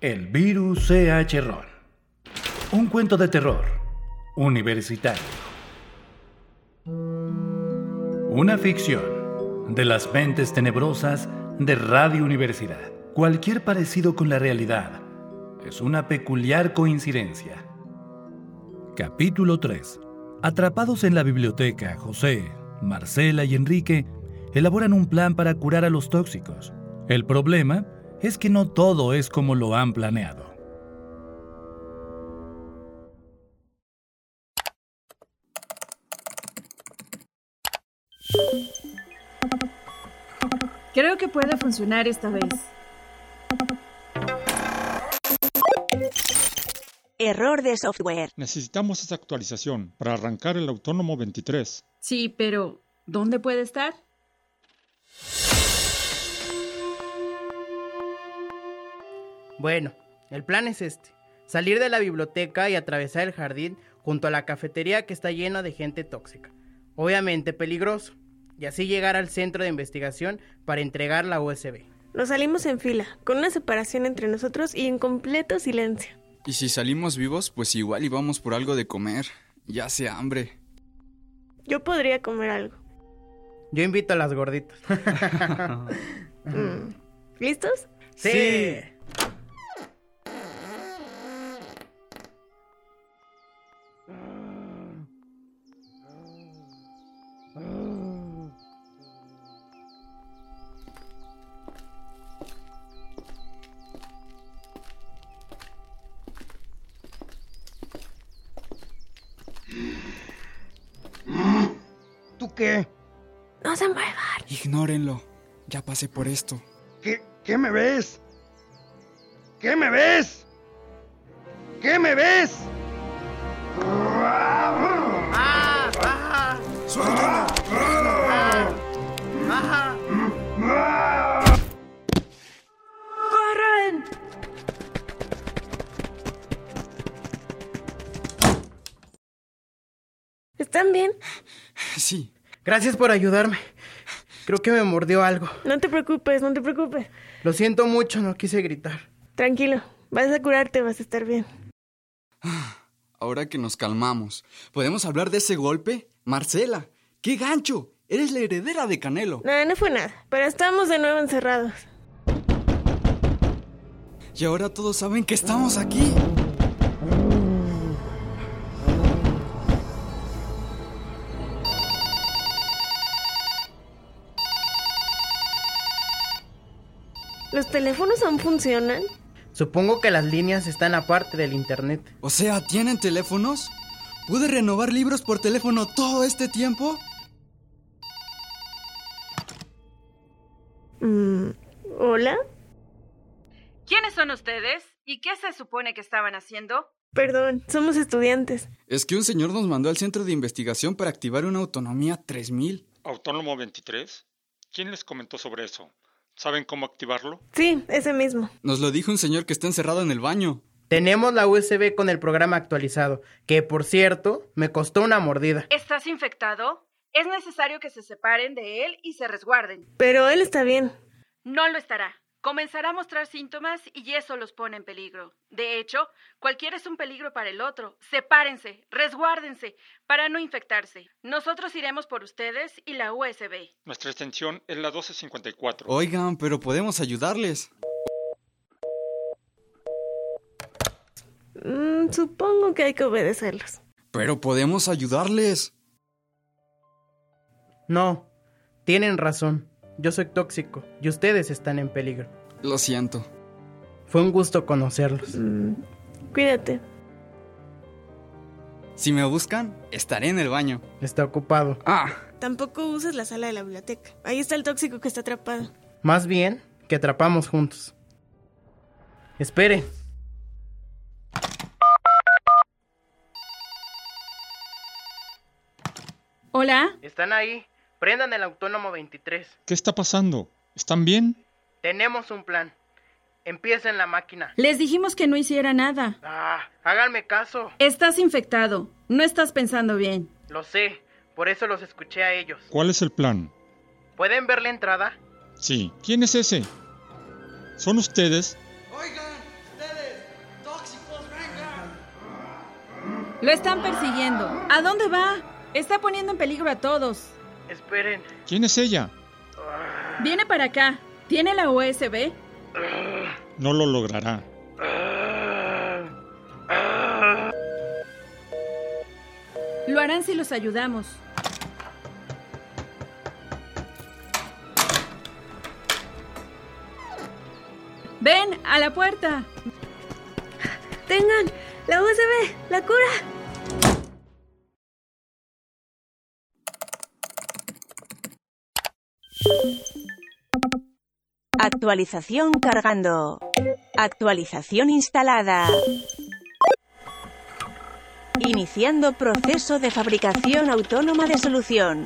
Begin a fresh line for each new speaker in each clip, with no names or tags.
El virus CH Ron. Un cuento de terror universitario. Una ficción de las mentes tenebrosas de Radio Universidad. Cualquier parecido con la realidad es una peculiar coincidencia. Capítulo 3. Atrapados en la biblioteca, José, Marcela y Enrique elaboran un plan para curar a los tóxicos. El problema es que no todo es como lo han planeado.
Creo que puede funcionar esta vez.
Error de software.
Necesitamos esa actualización para arrancar el Autónomo 23.
Sí, pero ¿dónde puede estar?
Bueno, el plan es este. Salir de la biblioteca y atravesar el jardín junto a la cafetería que está llena de gente tóxica. Obviamente peligroso. Y así llegar al centro de investigación para entregar la USB.
Nos salimos en fila, con una separación entre nosotros y en completo silencio.
Y si salimos vivos, pues igual íbamos por algo de comer. Ya sea hambre.
Yo podría comer algo.
Yo invito a las gorditas.
Mm. ¿Listos?
sí.
¿Tú qué?
No se muevan.
Ignórenlo. Ya pasé por esto.
¿Qué, qué me ves? ¿Qué me ves? ¿Qué me ves?
¡Corran! ¿Están bien?
Sí.
Gracias por ayudarme. Creo que me mordió algo.
No te preocupes, no te preocupes.
Lo siento mucho, no quise gritar.
Tranquilo, vas a curarte, vas a estar bien.
Ahora que nos calmamos, ¿podemos hablar de ese golpe? Marcela, qué gancho. Eres la heredera de Canelo.
Nada, no fue nada, pero estamos de nuevo encerrados.
Y ahora todos saben que estamos aquí.
¿Los teléfonos aún funcionan?
Supongo que las líneas están aparte del internet.
O sea, ¿tienen teléfonos? ¿Pude renovar libros por teléfono todo este tiempo?
Mm, ¿Hola?
¿Quiénes son ustedes? ¿Y qué se supone que estaban haciendo?
Perdón, somos estudiantes.
Es que un señor nos mandó al centro de investigación para activar una autonomía 3000.
¿Autónomo 23? ¿Quién les comentó sobre eso? ¿Saben cómo activarlo?
Sí, ese mismo.
Nos lo dijo un señor que está encerrado en el baño.
Tenemos la USB con el programa actualizado, que por cierto, me costó una mordida.
¿Estás infectado? Es necesario que se separen de él y se resguarden.
Pero él está bien.
No lo estará. Comenzará a mostrar síntomas y eso los pone en peligro. De hecho, cualquiera es un peligro para el otro. Sepárense, resguárdense, para no infectarse. Nosotros iremos por ustedes y la USB.
Nuestra extensión es la 1254.
Oigan, pero podemos ayudarles.
Mm, supongo que hay que obedecerlos.
Pero podemos ayudarles.
No, tienen razón. Yo soy tóxico y ustedes están en peligro.
Lo siento.
Fue un gusto conocerlos.
Mm, Cuídate.
Si me buscan, estaré en el baño.
Está ocupado.
Ah,
Tampoco uses la sala de la biblioteca. Ahí está el tóxico que está atrapado.
Más bien, que atrapamos juntos. Espere.
Hola,
Están ahí. Prendan el Autónomo 23.
¿Qué está pasando? ¿Están bien?
Tenemos un plan. Empiecen la máquina.
les dijimos que no hiciera nada.
Ah, háganme caso.
Estás infectado. No estás pensando bien.
Lo sé. Por eso los escuché a ellos.
¿Cuál es el plan?
¿Pueden ver la entrada?
Sí. ¿Quién es ese? ¿Son ustedes?
Oigan, ustedes.
Lo están persiguiendo. ¿A dónde va? Está poniendo en peligro a todos.
Esperen.
¿Quién es ella?
Viene para acá. ¿Tiene la USB?
No lo logrará.
Lo harán si los ayudamos. Ven, a la puerta.
Tengan, la USB, la cura.
Actualización cargando. Actualización instalada. Iniciando proceso de fabricación autónoma de solución.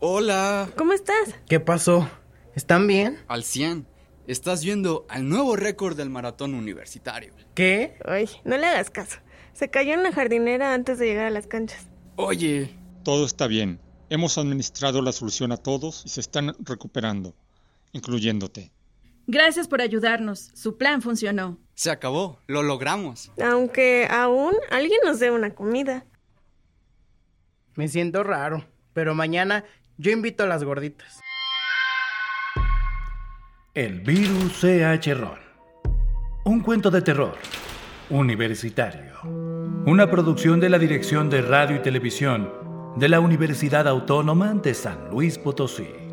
Hola.
¿Cómo estás?
¿Qué pasó? ¿Están bien?
Al 100. Estás viendo al nuevo récord del maratón universitario.
¿Qué?
Ay, no le hagas caso. Se cayó en la jardinera antes de llegar a las canchas.
Oye,
Todo está bien. Hemos administrado la solución a todos y se están recuperando, incluyéndote.
Gracias por ayudarnos. Su plan funcionó.
se acabó. Lo logramos.
Aunque aún alguien nos dé una comida.
Me siento raro, pero mañana yo invito a las gorditas.
El virus CH Ron. Un cuento de terror universitario. Una producción de la Dirección de Radio y Televisión de la Universidad Autónoma de San Luis Potosí.